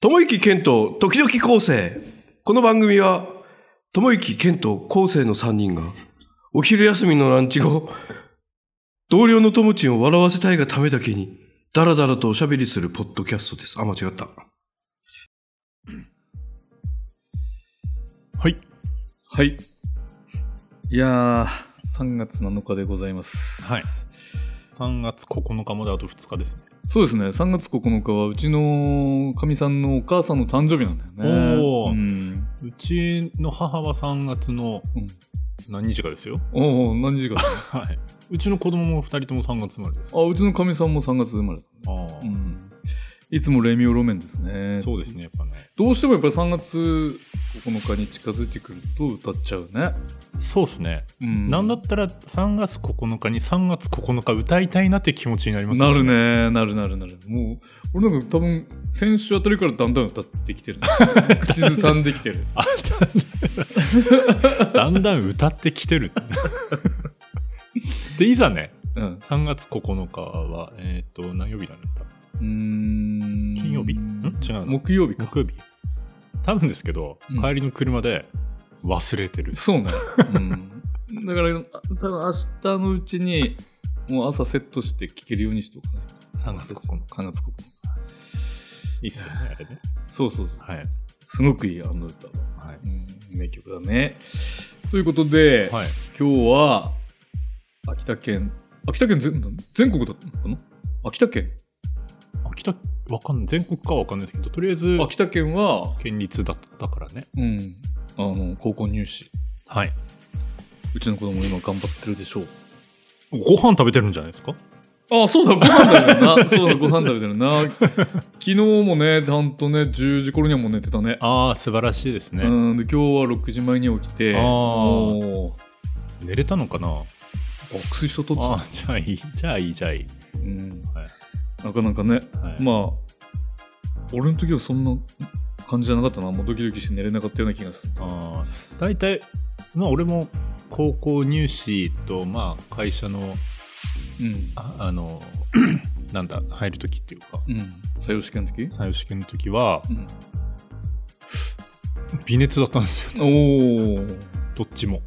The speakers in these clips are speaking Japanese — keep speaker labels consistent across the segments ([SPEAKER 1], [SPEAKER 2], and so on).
[SPEAKER 1] ともゆきけんと時々構成。この番組は、ともゆきけんと構成の3人が、お昼休みのランチ後、同僚のともちんを笑わせたいがためだけに、だらだらとおしゃべりするポッドキャストです。あ、間違った。
[SPEAKER 2] はい。
[SPEAKER 1] はい。
[SPEAKER 3] いやー、3月7日でございます。
[SPEAKER 2] はい。3月9日まであと2日ですね。
[SPEAKER 3] そうですね、3月9日はうちのかみさんのお母さんの誕生日なんだよね。
[SPEAKER 2] おー
[SPEAKER 3] うん、
[SPEAKER 2] うちの母は3月の
[SPEAKER 3] うん
[SPEAKER 2] 何日かですよ。
[SPEAKER 3] おー何 時か。あ、
[SPEAKER 2] はいうちの子供も2人とも3月生まれです。
[SPEAKER 3] うちのかみさんも3月生まれだ、
[SPEAKER 2] ああ、
[SPEAKER 3] うん。いつもレミオロメンですね。
[SPEAKER 2] そうですね、やっぱね。
[SPEAKER 3] どうしてもやっぱり3月9日に近づいてくると歌っちゃうね。
[SPEAKER 2] そうですね。
[SPEAKER 3] うん、
[SPEAKER 2] なんだったら3月9日に3月9日歌いたいなって気持ちになります
[SPEAKER 3] な る。ね、なるなるなる。もう、俺なんか多分、先週あたりからだんだん歌ってき てるね、口ずさんできてる。
[SPEAKER 2] だんだん歌ってき てる。で、いざね、
[SPEAKER 3] うん。
[SPEAKER 2] 3月9日は、えっ、と、何曜日だね。
[SPEAKER 3] うーん
[SPEAKER 2] 金曜日ん違うな
[SPEAKER 3] 木曜日か
[SPEAKER 2] 木曜日。多分ですけど、
[SPEAKER 3] うん
[SPEAKER 2] 帰りの車で忘れてる。
[SPEAKER 3] そうね、うん、だからあ多分明日のうちにもう朝セットして聴けるようにしておかないと
[SPEAKER 2] 3月9日。
[SPEAKER 3] 3月9日
[SPEAKER 2] いいっすよね、あれね。
[SPEAKER 3] そうそうそう、
[SPEAKER 2] はい。
[SPEAKER 3] すごくいいあの歌は、
[SPEAKER 2] はい。
[SPEAKER 3] うん、名曲だねということで、
[SPEAKER 2] はい、
[SPEAKER 3] 今日は秋田県秋田県全全国だったのかな秋田県
[SPEAKER 2] 秋田わかん全国かはわかんないですけどとりあえず
[SPEAKER 3] 秋田県は、
[SPEAKER 2] 県立だったからね
[SPEAKER 3] うん、あの高校入試
[SPEAKER 2] はいう
[SPEAKER 3] ちの子供今頑張ってるでしょう
[SPEAKER 2] ご飯食べてるんじゃないですか
[SPEAKER 3] あそうだ、ご飯食べてるな。 そうだ、ご飯食べてるな。昨日もね、ちゃんとね、10時頃にはもう寝てたね。
[SPEAKER 2] ああ素晴らしいですね、
[SPEAKER 3] うんで今日は6時前に起きて、
[SPEAKER 2] あー
[SPEAKER 3] もう
[SPEAKER 2] 寝れたのかな
[SPEAKER 3] 爆睡したとつ、
[SPEAKER 2] ああじゃあいいじゃあいいじゃあいい、
[SPEAKER 3] うん
[SPEAKER 2] はい
[SPEAKER 3] なかなかね、
[SPEAKER 2] はい
[SPEAKER 3] まあ、俺の時はそんな感じじゃなかったな。もうドキドキして寝れなかったような気がする。
[SPEAKER 2] あー大体まあ俺も高校入試とまあ会社の
[SPEAKER 3] うん。
[SPEAKER 2] ああの なんだ入る時っていうか
[SPEAKER 3] うん。採用試験の時
[SPEAKER 2] 採用試験の時は
[SPEAKER 3] うん。
[SPEAKER 2] 微熱だったんですよ
[SPEAKER 3] おー
[SPEAKER 2] どっちも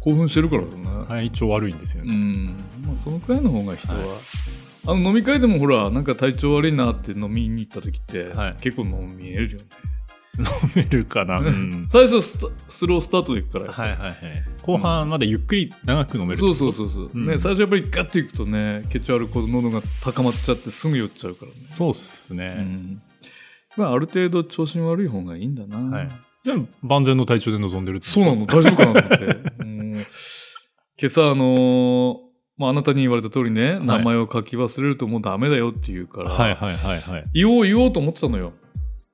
[SPEAKER 3] 興奮してるからだね。
[SPEAKER 2] 体調悪いんですよ
[SPEAKER 3] う
[SPEAKER 2] ね、
[SPEAKER 3] ん。まあ、そのくらいの方が人は、
[SPEAKER 2] はい
[SPEAKER 3] あの飲み会でもほらなんか体調悪いなって飲みに行った時って、
[SPEAKER 2] はい
[SPEAKER 3] 結構飲みえるよね
[SPEAKER 2] 飲めるかな、うん
[SPEAKER 3] 最初スタスロースタートでいくから、
[SPEAKER 2] はいはいはい。後半までゆっくり長く飲める。
[SPEAKER 3] そうそうそうそう、
[SPEAKER 2] うん
[SPEAKER 3] ね最初やっぱりガッといくとね血中アルコール喉が高まっちゃってすぐ酔っちゃうからね
[SPEAKER 2] そうっす
[SPEAKER 3] う
[SPEAKER 2] ね。
[SPEAKER 3] んまあある程度調子の悪い方がいいんだな、
[SPEAKER 2] はいじゃあ万全の体調で臨んでるって
[SPEAKER 3] そうなの大丈夫かなと思ってうん今朝あのーまあ、あなたに言われた通りね、
[SPEAKER 2] い
[SPEAKER 3] 名前を書き忘れるともうダメだよって言うから、
[SPEAKER 2] はいはいはいはい。
[SPEAKER 3] 言おう言おうと思ってたのよ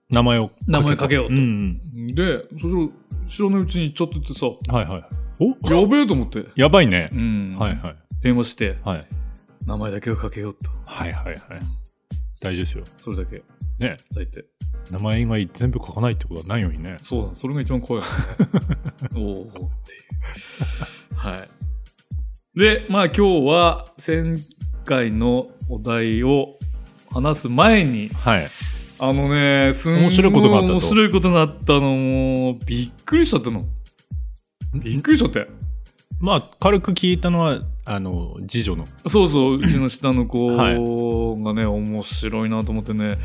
[SPEAKER 2] 名前を。
[SPEAKER 3] 名前かけよう
[SPEAKER 2] うんうん。
[SPEAKER 3] で、それを知らないうちに行っちゃっててさ、
[SPEAKER 2] はいはい。お
[SPEAKER 3] やべえと思って、
[SPEAKER 2] やばいね
[SPEAKER 3] う。ん、
[SPEAKER 2] はいはい。
[SPEAKER 3] 電話して、
[SPEAKER 2] はい。
[SPEAKER 3] 名前だけをかけようと、
[SPEAKER 2] はいはいはい。大事ですよ。
[SPEAKER 3] それだけ、
[SPEAKER 2] ね。
[SPEAKER 3] 大抵。
[SPEAKER 2] 名前以外全部書かないってことはないようにね。
[SPEAKER 3] そうだ、それが一番怖い よね。おおっていう。はい。で、まあ今日は前回のお題を話す前に、
[SPEAKER 2] はい。
[SPEAKER 3] あのね、すんごい
[SPEAKER 2] 面白いことがあったと
[SPEAKER 3] 面白いことがあったの、もうびっくりしちゃったの。びっくりしちゃって。
[SPEAKER 2] まあ、軽く聞いたのは、あの、次女の。
[SPEAKER 3] そうそう、うちの下の子
[SPEAKER 2] はい
[SPEAKER 3] がね、面白いなと思ってね、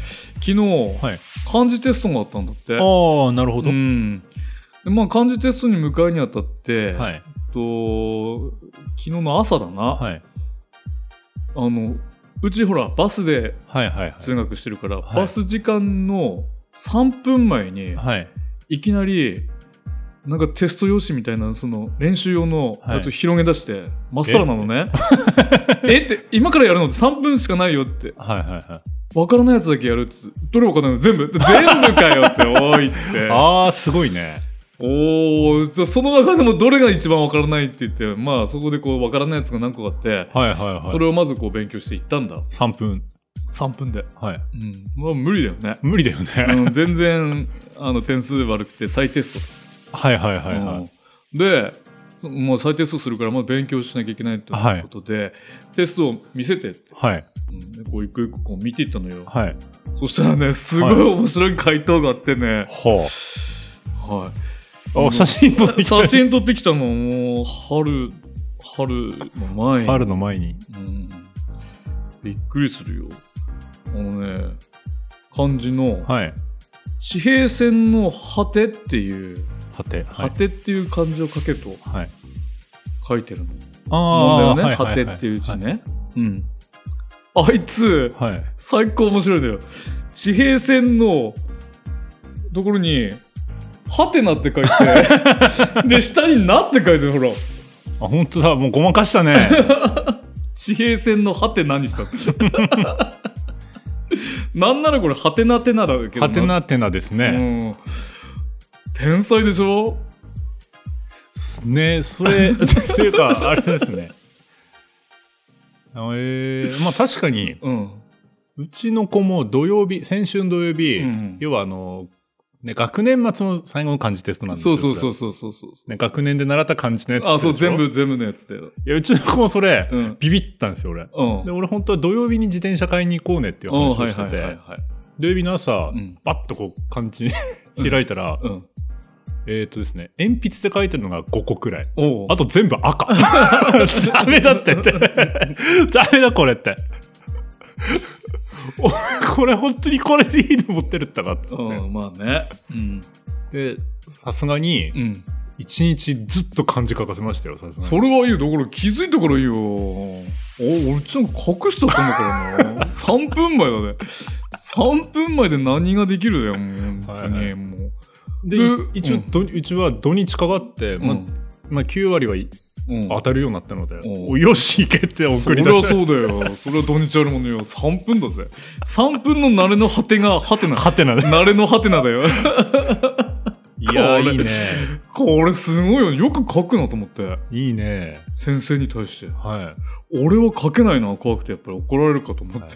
[SPEAKER 3] 昨日、
[SPEAKER 2] はい。
[SPEAKER 3] 漢字テストがあったんだって。
[SPEAKER 2] ああ、なるほど
[SPEAKER 3] う。ん。でまあ、漢字テストに向かうにあたって、
[SPEAKER 2] はい。
[SPEAKER 3] と昨日の朝だな、
[SPEAKER 2] はい。
[SPEAKER 3] あのうちほらバスで
[SPEAKER 2] はいはい
[SPEAKER 3] 通学してるから、
[SPEAKER 2] はい
[SPEAKER 3] バス時間の3分前に、
[SPEAKER 2] はい。はい。
[SPEAKER 3] い、きなりなんかテスト用紙みたいなその練習用のやつを広げ出して、まっさらなのね えって今からやるのって3分しかないよって
[SPEAKER 2] はいはいはい。
[SPEAKER 3] わからないやつだけやるっつどれわからないの全部全部かよっておいって
[SPEAKER 2] ああ、すごいね。
[SPEAKER 3] おーじゃあその中でもどれが一番わからないって言ってまあそこでこうわからないやつが何個かあって、
[SPEAKER 2] はいはいはい。
[SPEAKER 3] それをまずこう勉強していったんだ
[SPEAKER 2] 3分。
[SPEAKER 3] 3分で
[SPEAKER 2] はい。
[SPEAKER 3] うんまあ無理だよね、
[SPEAKER 2] 無理だよね。
[SPEAKER 3] うん、全然あの点数悪くて再テスト
[SPEAKER 2] はいはいはい
[SPEAKER 3] うん
[SPEAKER 2] は
[SPEAKER 3] でそのまあ、再テストするからまだ勉強しなきゃいけないということで、テストを見せてって、
[SPEAKER 2] はい。
[SPEAKER 3] うんねこう一個一個こう見ていったのよ、
[SPEAKER 2] はい。
[SPEAKER 3] そしたらねすごい
[SPEAKER 2] はい
[SPEAKER 3] 面白い回答があってね、
[SPEAKER 2] ほ
[SPEAKER 3] は
[SPEAKER 2] う。
[SPEAKER 3] うん
[SPEAKER 2] あ、写真撮って
[SPEAKER 3] い、
[SPEAKER 2] きた。
[SPEAKER 3] 写真撮ってきたのもう春春の前に
[SPEAKER 2] あるの前に。
[SPEAKER 3] うん、びっくりするよあのね漢字の
[SPEAKER 2] はい。
[SPEAKER 3] 地平線の果てっていう
[SPEAKER 2] はて。は
[SPEAKER 3] 果
[SPEAKER 2] い。
[SPEAKER 3] てっていう漢字を書けと
[SPEAKER 2] はい。
[SPEAKER 3] 書いてるの
[SPEAKER 2] あ
[SPEAKER 3] 問
[SPEAKER 2] あ、
[SPEAKER 3] 題はね、
[SPEAKER 2] は
[SPEAKER 3] 果
[SPEAKER 2] は
[SPEAKER 3] てっていう字。ね。うん。あいつ、
[SPEAKER 2] はい。はい
[SPEAKER 3] 最高面白いんだよ。地平線のところに、ハテナって書いて、 で、下になって書いてる、ほら。
[SPEAKER 2] あ、本当だ。もうごまかした ね。
[SPEAKER 3] 地平線のハテナにした。 なんならこれ、ハテナテナだけど
[SPEAKER 2] はてなてなですね。
[SPEAKER 3] うん。天才でしょ
[SPEAKER 2] ねそれっていうかあれですねあのえーまあ確かに
[SPEAKER 3] うん。
[SPEAKER 2] うちの子も土曜日先週の土曜日、
[SPEAKER 3] うん
[SPEAKER 2] 要はあの、ね、学年末の最後の漢字テストなんです
[SPEAKER 3] そ
[SPEAKER 2] よ
[SPEAKER 3] うそうそう
[SPEAKER 2] う、
[SPEAKER 3] そうそうそう。
[SPEAKER 2] ね、学年で習った漢字のやつ
[SPEAKER 3] あ、そう、
[SPEAKER 2] でしょ
[SPEAKER 3] 全部、全部のやつだよ。
[SPEAKER 2] いやうちの子もそれ、
[SPEAKER 3] うん。
[SPEAKER 2] ビビったんですよ俺
[SPEAKER 3] うん。
[SPEAKER 2] で俺本当は土曜日に自転車買いに行こうねっていう話をしてて、
[SPEAKER 3] はい。
[SPEAKER 2] 土曜日の朝、
[SPEAKER 3] うん
[SPEAKER 2] バッとこう漢字
[SPEAKER 3] うん
[SPEAKER 2] 開いたら、
[SPEAKER 3] うん。
[SPEAKER 2] えっ、とですね鉛筆で書いてるのが5個くらい
[SPEAKER 3] おう
[SPEAKER 2] あと全部 赤。ダメだってって。ダメだこれ って。お前これ本当にこれでいいの持ってるったかっつっ
[SPEAKER 3] うん、まあね。うん。
[SPEAKER 2] て。で、さすがに、
[SPEAKER 3] うん。
[SPEAKER 2] 一日ずっと漢字書かせましたよ、さすがに。
[SPEAKER 3] それはいいよ。だから気づいたからいいよ。お、俺、うちの隠しちゃったんだから な。3分前だね。3分前で何ができるだよ、もう。本当に、
[SPEAKER 2] はいはい
[SPEAKER 3] もう。
[SPEAKER 2] で、
[SPEAKER 3] うん
[SPEAKER 2] 一応、どうちは土日かかって、まあまあ、9割はい
[SPEAKER 3] うん。うん
[SPEAKER 2] 当たるようになったので、
[SPEAKER 3] うん
[SPEAKER 2] およし、行けって
[SPEAKER 3] そ
[SPEAKER 2] 送
[SPEAKER 3] り
[SPEAKER 2] り
[SPEAKER 3] ゃ
[SPEAKER 2] 出し
[SPEAKER 3] そうだよ。それは土日あるものよ。3分だぜ。3分の慣れの果てが、果てな。
[SPEAKER 2] はてなね。
[SPEAKER 3] 慣れの果てなだよ。
[SPEAKER 2] い
[SPEAKER 3] こ
[SPEAKER 2] や
[SPEAKER 3] れ
[SPEAKER 2] いいね。
[SPEAKER 3] これすごいよ。よく書くなと思って。
[SPEAKER 2] いいね。
[SPEAKER 3] 先生に対して。
[SPEAKER 2] は
[SPEAKER 3] 俺は書けないな、怖くて。やっぱり怒られるかと思って。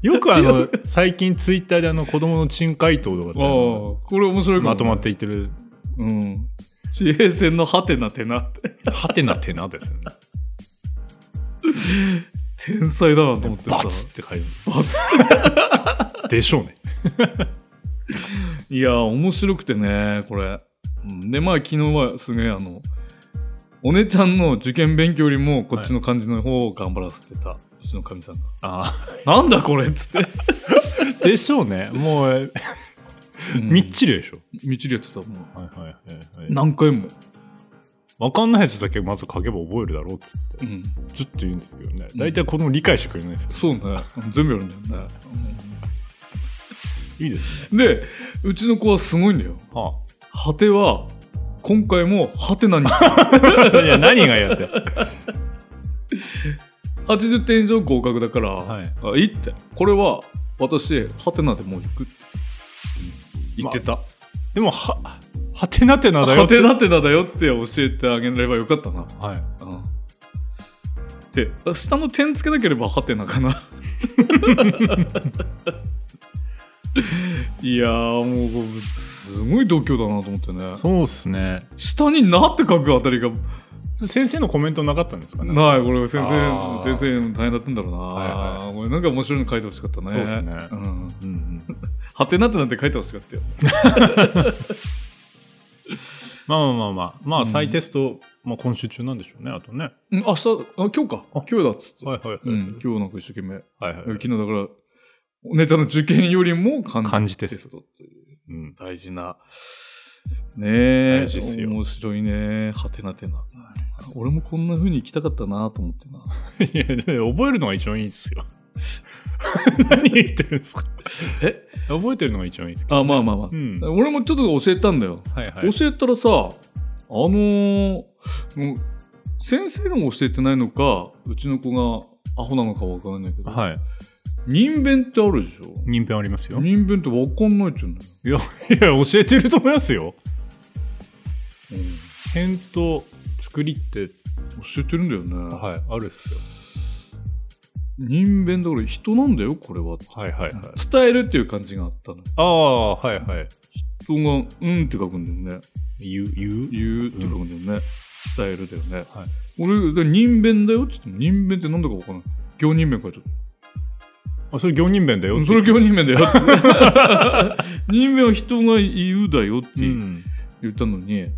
[SPEAKER 2] い。よくあ の、最近ツイッターであの、子供の珍回答とかってあ
[SPEAKER 3] ああ
[SPEAKER 2] の、
[SPEAKER 3] これ面白いかも、
[SPEAKER 2] まとまっ。ていってる
[SPEAKER 3] うん。地平線のハテナてなって。
[SPEAKER 2] はてなてなですよ ね。
[SPEAKER 3] 天才だなと思ってさ
[SPEAKER 2] バ。ツって書いて
[SPEAKER 3] バツ
[SPEAKER 2] る。 でしょうね。
[SPEAKER 3] いや、面白くてね、これ。うんで、まあ、昨日はすげえ、あの、お姉ちゃんの受験勉強よりも、こっちの漢字の方を頑張らせてた。うちのかみさんが。
[SPEAKER 2] あ
[SPEAKER 3] なんだこれっつって。
[SPEAKER 2] あ。でしょうね。もう、みっちりでしょ。
[SPEAKER 3] みっちりやってた。もう
[SPEAKER 2] はいはいはいはい
[SPEAKER 3] 何回も。
[SPEAKER 2] わかんないやつだけまず書けば覚えるだろうっつって
[SPEAKER 3] う、ん。
[SPEAKER 2] ずっと言うんですけどね。大体子供理解してくれないです
[SPEAKER 3] そうね。全部やるんだよね。
[SPEAKER 2] いいですね。
[SPEAKER 3] で、うちの子はすごいんだよ。
[SPEAKER 2] は
[SPEAKER 3] 果ては今回もハテナに する
[SPEAKER 2] あ。いや、何がやって。
[SPEAKER 3] 80点以上合格だから、
[SPEAKER 2] はい
[SPEAKER 3] あいいってこれは私ハテナでもう行くって言ってた、
[SPEAKER 2] でも、は、はてなてなだよ
[SPEAKER 3] ハ
[SPEAKER 2] って。
[SPEAKER 3] テナテナだよって教えてあげればよかったな、
[SPEAKER 2] はい。
[SPEAKER 3] うん、で下の点つけなければハテナ かないやーもうすごい度胸だなと思ってね
[SPEAKER 2] そうっすね。
[SPEAKER 3] 下に「な」って書くあたりが
[SPEAKER 2] 先生のコメントなかったんですかね。
[SPEAKER 3] ないこれ先
[SPEAKER 2] あ
[SPEAKER 3] 生
[SPEAKER 2] ー
[SPEAKER 3] 先生も大変だったんだろうな、
[SPEAKER 2] はい
[SPEAKER 3] これなんか面白いの書いてほしかったね
[SPEAKER 2] そうですね
[SPEAKER 3] ん、
[SPEAKER 2] うんうん。
[SPEAKER 3] はてなってなんて書いてほしかったよ
[SPEAKER 2] まあまあまあまあ、ま
[SPEAKER 3] う
[SPEAKER 2] あ
[SPEAKER 3] ん
[SPEAKER 2] 再テスト、まあ今週中なんでしょうね、あとね。
[SPEAKER 3] うん明日あ今日か今日だっつって、
[SPEAKER 2] はいはいはい。
[SPEAKER 3] うん、今日なんか一生懸命、
[SPEAKER 2] はいはいはい
[SPEAKER 3] 昨日だからお姉ちゃんの受験よりも漢字
[SPEAKER 2] 漢字テ
[SPEAKER 3] テ
[SPEAKER 2] スト
[SPEAKER 3] ストという
[SPEAKER 2] うん。
[SPEAKER 3] 大事なねえ
[SPEAKER 2] 大事っすよ
[SPEAKER 3] 面白いねはてなてな俺もこんな風に行きたかったなと思ってない
[SPEAKER 2] や、覚えるのが一番いいです よ。何言ってるんですか
[SPEAKER 3] え
[SPEAKER 2] 覚えてるのが一番いいですけど。
[SPEAKER 3] あまあまあまあ、
[SPEAKER 2] うん。は
[SPEAKER 3] 俺もちょっと教えたんだよ
[SPEAKER 2] いはい。
[SPEAKER 3] 教えたらさあのーもう先生の教えてないのかうちの子がアホなのかわからないけど、
[SPEAKER 2] はい。
[SPEAKER 3] 人弁ってあるでしょ
[SPEAKER 2] 人編ありますよ。い
[SPEAKER 3] 人弁ってわかんないって言うんだよ、
[SPEAKER 2] や、いや、教えてると思いますよ。
[SPEAKER 3] うん
[SPEAKER 2] 返答、作りって、
[SPEAKER 3] 教えてるんだよね、
[SPEAKER 2] はい、あるっすよ。
[SPEAKER 3] 人弁だから人なんだよこれは
[SPEAKER 2] はいはいはい。
[SPEAKER 3] 伝えるっていう感じがあったの
[SPEAKER 2] ああ、はいはい。
[SPEAKER 3] 人が「うん」って書くんだよね
[SPEAKER 2] 言う、言う
[SPEAKER 3] 「言う」って書くんだよね、伝えるだよね。
[SPEAKER 2] は
[SPEAKER 3] 俺、で人弁だよって言っても、人弁って何だか分からない。行人弁書いてあ
[SPEAKER 2] あそれ行人弁だよっ
[SPEAKER 3] る。
[SPEAKER 2] て
[SPEAKER 3] それ行人弁だよって。 人弁は人が言うだよって
[SPEAKER 2] うん
[SPEAKER 3] 言ったのに、うん、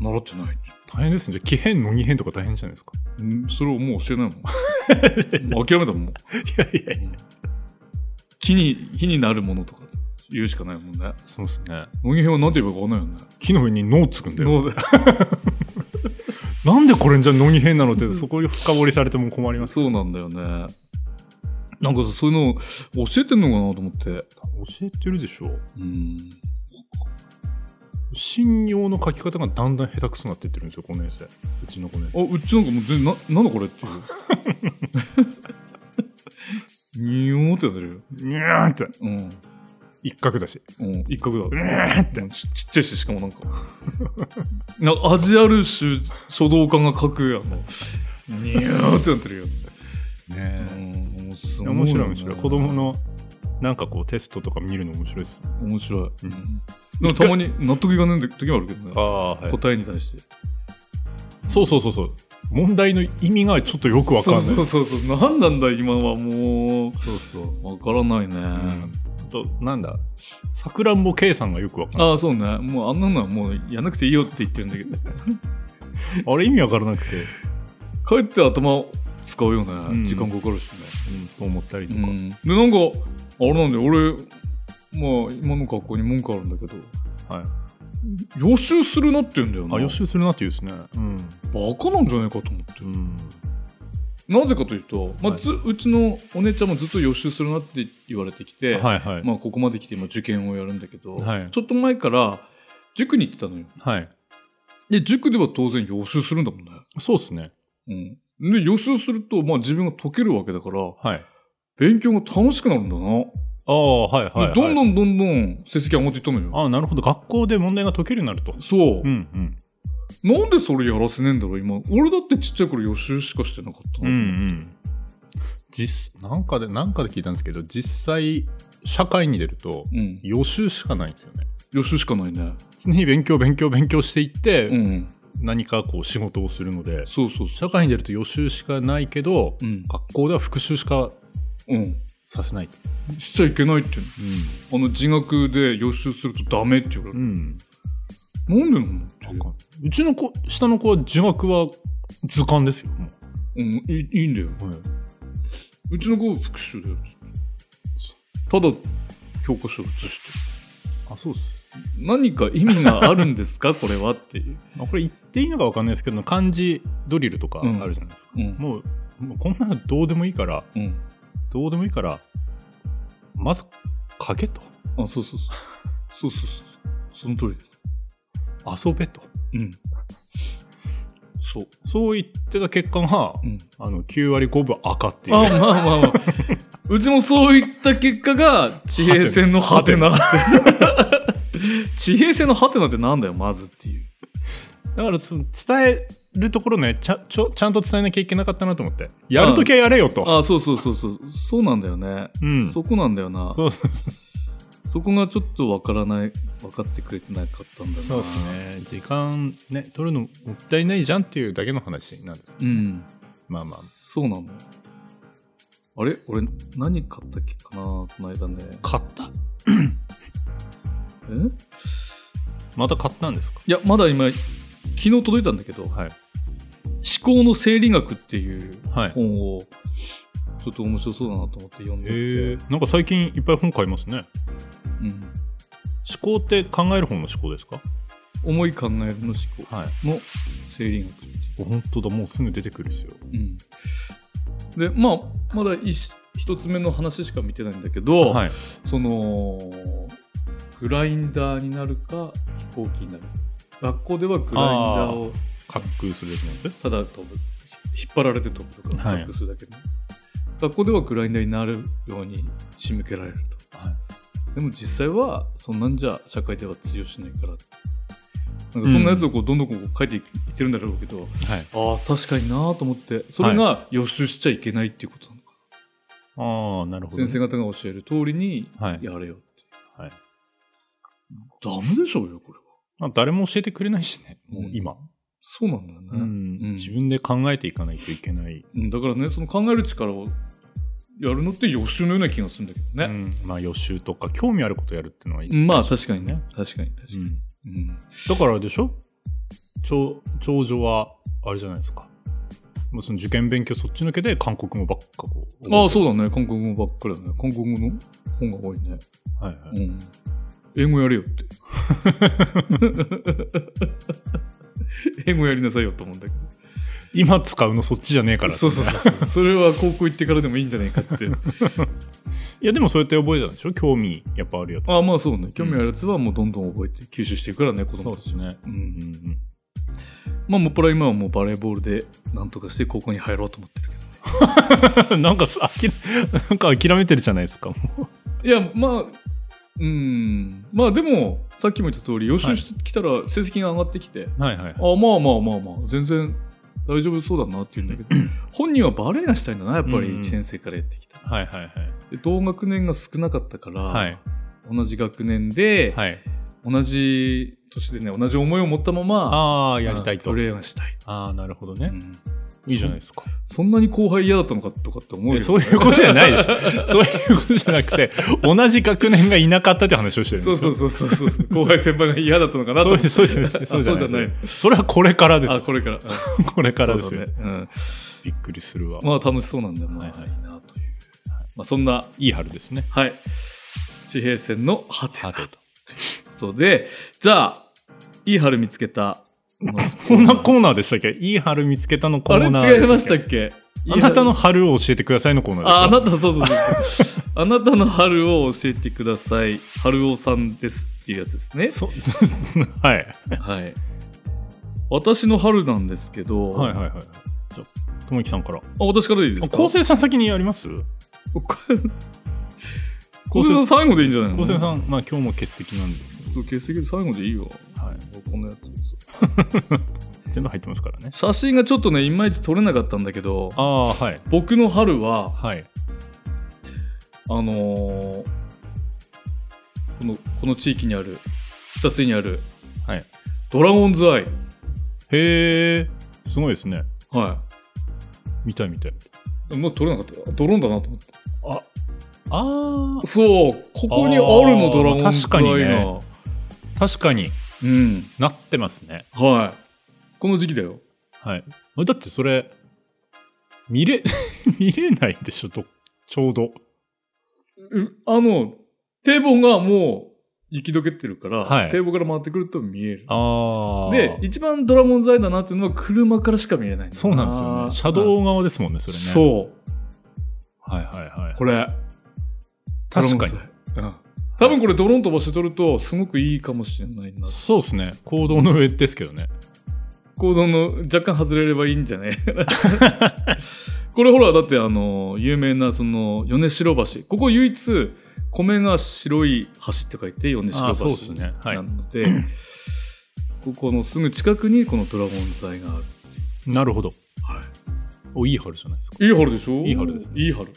[SPEAKER 3] 習ってない。
[SPEAKER 2] 大変ですねじゃあ奇変の二変とか大変じゃないですか
[SPEAKER 3] うんそれをもう教えないもん。もう諦めたもん。もう
[SPEAKER 2] いやいや
[SPEAKER 3] 木に、木になるものとか言うしかないもんね。
[SPEAKER 2] そうですね
[SPEAKER 3] 乃木編は何て言えばいいか分かんないよね。
[SPEAKER 2] 木の上に脳つくんだよ
[SPEAKER 3] 脳で
[SPEAKER 2] なんでこれじゃ脳に変なのってそこに深掘りされても困ります
[SPEAKER 3] そうなんだよね。なんかさそういうの教えてんのかなと思って。
[SPEAKER 2] 教えてるでしょ
[SPEAKER 3] うん。
[SPEAKER 2] 信用の書き方がだんだん下手くそになってってるんですよ5年生うちの5年生
[SPEAKER 3] あ、うちなんかもう全然、な、なんだこれっていう。 におーってやってるよ。
[SPEAKER 2] うーんって
[SPEAKER 3] うん。
[SPEAKER 2] 一角だし
[SPEAKER 3] うん、一角だ。
[SPEAKER 2] うーんって
[SPEAKER 3] うんちちっちゃいし、しかもなんか。なんか味ある種、書道家が書くあの。におーってなってるよ。う
[SPEAKER 2] ね
[SPEAKER 3] ん、面白
[SPEAKER 2] 面白い面白い子供。のなんかこうテストとか見るの面白いです
[SPEAKER 3] 面白い。
[SPEAKER 2] うん
[SPEAKER 3] でもたまに納得いかない時はあるけどね。
[SPEAKER 2] ああはい
[SPEAKER 3] 答えに対して。
[SPEAKER 2] そうそうそうそう問題の意味がちょっとよくわかんない
[SPEAKER 3] そうそうそうそう何なんだ今はもう
[SPEAKER 2] そうそう
[SPEAKER 3] わからないね、
[SPEAKER 2] あとなんださくらんぼ K さんがよくわかんない
[SPEAKER 3] ああそうねもうあんなのはもうやんなくていいよって言ってるんだけど
[SPEAKER 2] あれ意味わからなくて、
[SPEAKER 3] かえって頭使うよね、
[SPEAKER 2] ん
[SPEAKER 3] 時間かかるしね、
[SPEAKER 2] うん、と思ったりとか、
[SPEAKER 3] でなんかあれなんだよ俺まあ今の学校に文句あるんだけど
[SPEAKER 2] はい
[SPEAKER 3] 予習するなって言うんだよな
[SPEAKER 2] あ予習するなって言うですねうん、
[SPEAKER 3] バカなんじゃないかと思って
[SPEAKER 2] うん、
[SPEAKER 3] なぜかというと、まあ
[SPEAKER 2] はい
[SPEAKER 3] ずうちのお姉ちゃんもずっと予習するなって言われてきて、
[SPEAKER 2] はいはい、
[SPEAKER 3] まあ、ここまで来て今受験をやるんだけど、
[SPEAKER 2] はい
[SPEAKER 3] ちょっと前から塾に行ってたのよ
[SPEAKER 2] はい
[SPEAKER 3] で塾では当然予習するんだもんね、
[SPEAKER 2] そうですね
[SPEAKER 3] うん、で予習すると、まあ、自分が解けるわけだから
[SPEAKER 2] はい
[SPEAKER 3] 勉強が楽しくなるんだな、
[SPEAKER 2] ああはいはい、はい、
[SPEAKER 3] でどんど
[SPEAKER 2] ん
[SPEAKER 3] んどんどん成績上がっていったのよ
[SPEAKER 2] ああなるほど学校で問題が解けるようになると
[SPEAKER 3] そう、
[SPEAKER 2] うんうん
[SPEAKER 3] なんでそれやらせねえんだろう今俺だってちっちゃい頃予習しかしてなかった
[SPEAKER 2] うん
[SPEAKER 3] の
[SPEAKER 2] うん実なんかでなんかで聞いたんですけど実際社会に出ると
[SPEAKER 3] うん
[SPEAKER 2] 予習しかないんですよね
[SPEAKER 3] 予習しかないね
[SPEAKER 2] 常に勉強勉強勉強していって、
[SPEAKER 3] うん
[SPEAKER 2] 何かこう仕事をするので
[SPEAKER 3] そうそうそ
[SPEAKER 2] 社会に出ると予習しかないけど、
[SPEAKER 3] ううん
[SPEAKER 2] 学校では復習しか
[SPEAKER 3] うん
[SPEAKER 2] させないと、
[SPEAKER 3] しちゃいけないっていう
[SPEAKER 2] う
[SPEAKER 3] のあの自学で予習するとダメって言われる、
[SPEAKER 2] ん
[SPEAKER 3] なんでなのっていう
[SPEAKER 2] うちの子下の子は自学は図鑑ですよ、も
[SPEAKER 3] うん、いいいんだよ。
[SPEAKER 2] う
[SPEAKER 3] うちの子は復習だよ。つってただ、教科書を写して
[SPEAKER 2] あそうっす
[SPEAKER 3] る。何か意味があるんです かこれはっていう。
[SPEAKER 2] あこれ言っていいのか分かんないですけど漢字ドリルとかあるじゃないですか、
[SPEAKER 3] うん。
[SPEAKER 2] もうもうこんなのどうでもいいから
[SPEAKER 3] うん。
[SPEAKER 2] どうでもいいからまず書けと
[SPEAKER 3] あ、そうそうそう。そうそうそう。その通りです。
[SPEAKER 2] 遊べと
[SPEAKER 3] うん。そう。
[SPEAKER 2] そう言ってた結果が
[SPEAKER 3] うん、
[SPEAKER 2] あの9割5分赤って
[SPEAKER 3] あ、
[SPEAKER 2] いう
[SPEAKER 3] まあまあまあ。うちもそういった結果が、地平線のハテナって。地平線のハテナってなんだよ、まずっていう。
[SPEAKER 2] だからその伝えるところねちゃちょちゃんと伝えなきゃいけなかったなと思ってやるときはやれよと
[SPEAKER 3] あ、そうそうそうそう。そうなんだよね。
[SPEAKER 2] うん
[SPEAKER 3] そこなんだよな。
[SPEAKER 2] そうそう
[SPEAKER 3] そこがちょっとわからない、分かってくれてなかったんだな。
[SPEAKER 2] そうです。ね時間ね取るのもったいないじゃんっていうだけの話なんです
[SPEAKER 3] うん。
[SPEAKER 2] まあまあ
[SPEAKER 3] そうなの。あれ俺、何買ったっけかなこの間ね。
[SPEAKER 2] 買った
[SPEAKER 3] え
[SPEAKER 2] また買ったんですか
[SPEAKER 3] いや、まだ今、昨日届いたんだけど、思
[SPEAKER 2] はい
[SPEAKER 3] 考の生理学っていう
[SPEAKER 2] はい
[SPEAKER 3] 本を、ちょっと面白そうだなと思って読んでて。
[SPEAKER 2] えー、なんか最近いっぱい本買いますね
[SPEAKER 3] うん。
[SPEAKER 2] 思考って考える方の思考ですか
[SPEAKER 3] 思い考えるの思考
[SPEAKER 2] はい
[SPEAKER 3] の生理学っていう。
[SPEAKER 2] 本当だもうすぐ出てくるですよ
[SPEAKER 3] うん。で、まあ、まだ一一つ目の話しか見てないんだけど、
[SPEAKER 2] はい
[SPEAKER 3] そのグラインダーになるか飛行機になる学校ではグラインダーを
[SPEAKER 2] 滑空するやつなんですね
[SPEAKER 3] ただ飛ぶひ引っ張られて飛ぶとか
[SPEAKER 2] はい
[SPEAKER 3] 隠すだけで、学校ではグラインダーになるように仕向けられる
[SPEAKER 2] はい
[SPEAKER 3] とでも実際はそんなんじゃ社会では通用しないからなんかそんなやつをこうどんどんこう書いていってるんだろうけど、
[SPEAKER 2] はい
[SPEAKER 3] ああ確かになと思ってそれが予習しちゃいけないっていうことなのか
[SPEAKER 2] ああなるほど、
[SPEAKER 3] な、
[SPEAKER 2] ね、
[SPEAKER 3] 先生方が教える通りに
[SPEAKER 2] はい
[SPEAKER 3] やれよって、
[SPEAKER 2] はい
[SPEAKER 3] ダメでしょうよこれは
[SPEAKER 2] あまあ、誰も教えてくれないしね、もう今。
[SPEAKER 3] そうなんだよね、うん
[SPEAKER 2] 自分で考えていかないといけない。
[SPEAKER 3] うんだからねその考える力をやるのって予習のような気がするんだけど
[SPEAKER 2] う
[SPEAKER 3] ね、
[SPEAKER 2] んまあ予習とか、興味あることやるっていうのはいい、
[SPEAKER 3] まあ確かにね確かに確か
[SPEAKER 2] う
[SPEAKER 3] に、
[SPEAKER 2] ん
[SPEAKER 3] う
[SPEAKER 2] だ
[SPEAKER 3] ん
[SPEAKER 2] からあれでしょ長長女は、あれじゃないですか。もうその受験勉強そっちのけで韓国語ばっかこう。
[SPEAKER 3] ああそうだね韓国語ばっかりだね韓国語の本が多いね、
[SPEAKER 2] はいは
[SPEAKER 3] う
[SPEAKER 2] い。
[SPEAKER 3] ん、英語やれよって 英語やりなさいよと思うんだけど
[SPEAKER 2] 今使うのそっちじゃねえからって
[SPEAKER 3] そうそうそう そうそれは高校行ってからでもいいんじゃないか って
[SPEAKER 2] いやでもそうやって覚えたんでしょ興味やっぱあるやつ。
[SPEAKER 3] ああまあそうね興味あるやつはもうどんどん覚えて吸収していくからね子
[SPEAKER 2] そ
[SPEAKER 3] 供
[SPEAKER 2] う
[SPEAKER 3] た
[SPEAKER 2] で
[SPEAKER 3] ち
[SPEAKER 2] すね。
[SPEAKER 3] うん
[SPEAKER 2] うんうん。
[SPEAKER 3] まあもっぱら今はもうバレーボールでなんとかして高校に入ろうと思ってるけど
[SPEAKER 2] なんかさ、あきなんか諦めてるじゃないですか。
[SPEAKER 3] いやまあうんまあでもさっきも言った通り予習してきたら成績が上がってきて、
[SPEAKER 2] はいはい。
[SPEAKER 3] あまあまあまあまあ全然大丈夫そうだなって言うん だけど本人はバレエがしたいんだなやっぱり
[SPEAKER 2] うんうん
[SPEAKER 3] 1年生からやってきた、
[SPEAKER 2] はいはい
[SPEAKER 3] で同学年が少なかったから、
[SPEAKER 2] はい。はい。
[SPEAKER 3] 同じ学年で、
[SPEAKER 2] はい。
[SPEAKER 3] 同じ年でね同じ思いを持ったまま
[SPEAKER 2] ああ、やりたいと
[SPEAKER 3] プ。レーがしたい、
[SPEAKER 2] ああ、なるほど
[SPEAKER 3] う
[SPEAKER 2] ね。
[SPEAKER 3] ん
[SPEAKER 2] いいじゃないですか。
[SPEAKER 3] そんなに後輩嫌だったのかとかって思うよ、
[SPEAKER 2] え
[SPEAKER 3] ね、
[SPEAKER 2] そういうことじゃないでしょ。 そういうことじゃなくて、同じ学年がいなかったって話をしてるんです
[SPEAKER 3] そう
[SPEAKER 2] よ
[SPEAKER 3] そうそうそうそうそう後輩先輩が嫌だったのかなと
[SPEAKER 2] そ
[SPEAKER 3] 思
[SPEAKER 2] う
[SPEAKER 3] って
[SPEAKER 2] そうじゃないです
[SPEAKER 3] あそうじゃない
[SPEAKER 2] それはこれからで
[SPEAKER 3] あ
[SPEAKER 2] す。
[SPEAKER 3] これから
[SPEAKER 2] これからです
[SPEAKER 3] そう
[SPEAKER 2] よ
[SPEAKER 3] だね。うん
[SPEAKER 2] びっくりするわ。
[SPEAKER 3] まあ楽しそうなんだよ、まあ、
[SPEAKER 2] はい
[SPEAKER 3] い
[SPEAKER 2] はい
[SPEAKER 3] いなという、まあ、そんない
[SPEAKER 2] い春ですね。
[SPEAKER 3] はい地平線の果てな
[SPEAKER 2] はてと
[SPEAKER 3] ということでじゃあいい春見つけた
[SPEAKER 2] こ
[SPEAKER 3] こ
[SPEAKER 2] んなコーナーでしたっけいい春見つけたのコ
[SPEAKER 3] あ
[SPEAKER 2] ーナ
[SPEAKER 3] れ
[SPEAKER 2] ーで
[SPEAKER 3] 違いました
[SPEAKER 2] っけ
[SPEAKER 3] っけ
[SPEAKER 2] あなたの
[SPEAKER 3] いい春
[SPEAKER 2] 春を教えてくださいのコーナーでした
[SPEAKER 3] ああなたそうそうそうあなたの春を教えてください春尾さんですっていうやつですね
[SPEAKER 2] そ はい、
[SPEAKER 3] はい私の春なんですけど、
[SPEAKER 2] はいはいはいじゃあともきさんから
[SPEAKER 3] あ私からでいいですか
[SPEAKER 2] 昴生さん先にやります
[SPEAKER 3] 構成さん最後でいいんじゃないの
[SPEAKER 2] 昴生さんまあ今日も欠席なんですけ
[SPEAKER 3] そう欠席で最後でいいよ
[SPEAKER 2] ど、はい、
[SPEAKER 3] このやつです
[SPEAKER 2] 全部入ってますからね
[SPEAKER 3] 写真がちょっとねいまいち撮れなかったんだけど
[SPEAKER 2] ああはい
[SPEAKER 3] 僕の春は
[SPEAKER 2] はい
[SPEAKER 3] あのーこのこの地域にある二つにある、
[SPEAKER 2] はい、
[SPEAKER 3] ドラゴンズアイ、
[SPEAKER 2] へえすごいですね
[SPEAKER 3] は
[SPEAKER 2] 見たい見たい
[SPEAKER 3] い、もう撮れなかったドローンだなと思って
[SPEAKER 2] ああ
[SPEAKER 3] そうここにある
[SPEAKER 2] あー
[SPEAKER 3] のドラゴンズアイ
[SPEAKER 2] 確かに
[SPEAKER 3] が、
[SPEAKER 2] ねー確かに
[SPEAKER 3] うん
[SPEAKER 2] なってますね
[SPEAKER 3] はいこの時期だよ
[SPEAKER 2] はいだってそれ見れ 見れないでしょとちょうど
[SPEAKER 3] うあの堤防がもう行きどけてるから、
[SPEAKER 2] はい
[SPEAKER 3] 堤防から回ってくると見える
[SPEAKER 2] ああ
[SPEAKER 3] で一番ドラゴンズアイだなっていうのは車からしか見えないんだ
[SPEAKER 2] そうなんですよね車
[SPEAKER 3] うん
[SPEAKER 2] 道側ですもんねそれね
[SPEAKER 3] そう
[SPEAKER 2] はいはいはい
[SPEAKER 3] これ
[SPEAKER 2] 確かに
[SPEAKER 3] ドラゴンズアイうん多分これドローン飛ばして撮るとすごくいいかもしれないな
[SPEAKER 2] そうですね行動の上ですけどね
[SPEAKER 3] 行動の若干外れればいいんじゃね これほらだってあの有名なその米城橋ここ唯一米が白い橋って書いて米
[SPEAKER 2] あ
[SPEAKER 3] 城
[SPEAKER 2] あそう
[SPEAKER 3] 橋
[SPEAKER 2] ですねはい
[SPEAKER 3] なので、 ここのすぐ近くにこのドラゴンズアイがある
[SPEAKER 2] なるほど
[SPEAKER 3] は
[SPEAKER 2] おいい春じゃないですか
[SPEAKER 3] いい春でしょ
[SPEAKER 2] いい春ですね
[SPEAKER 3] いい春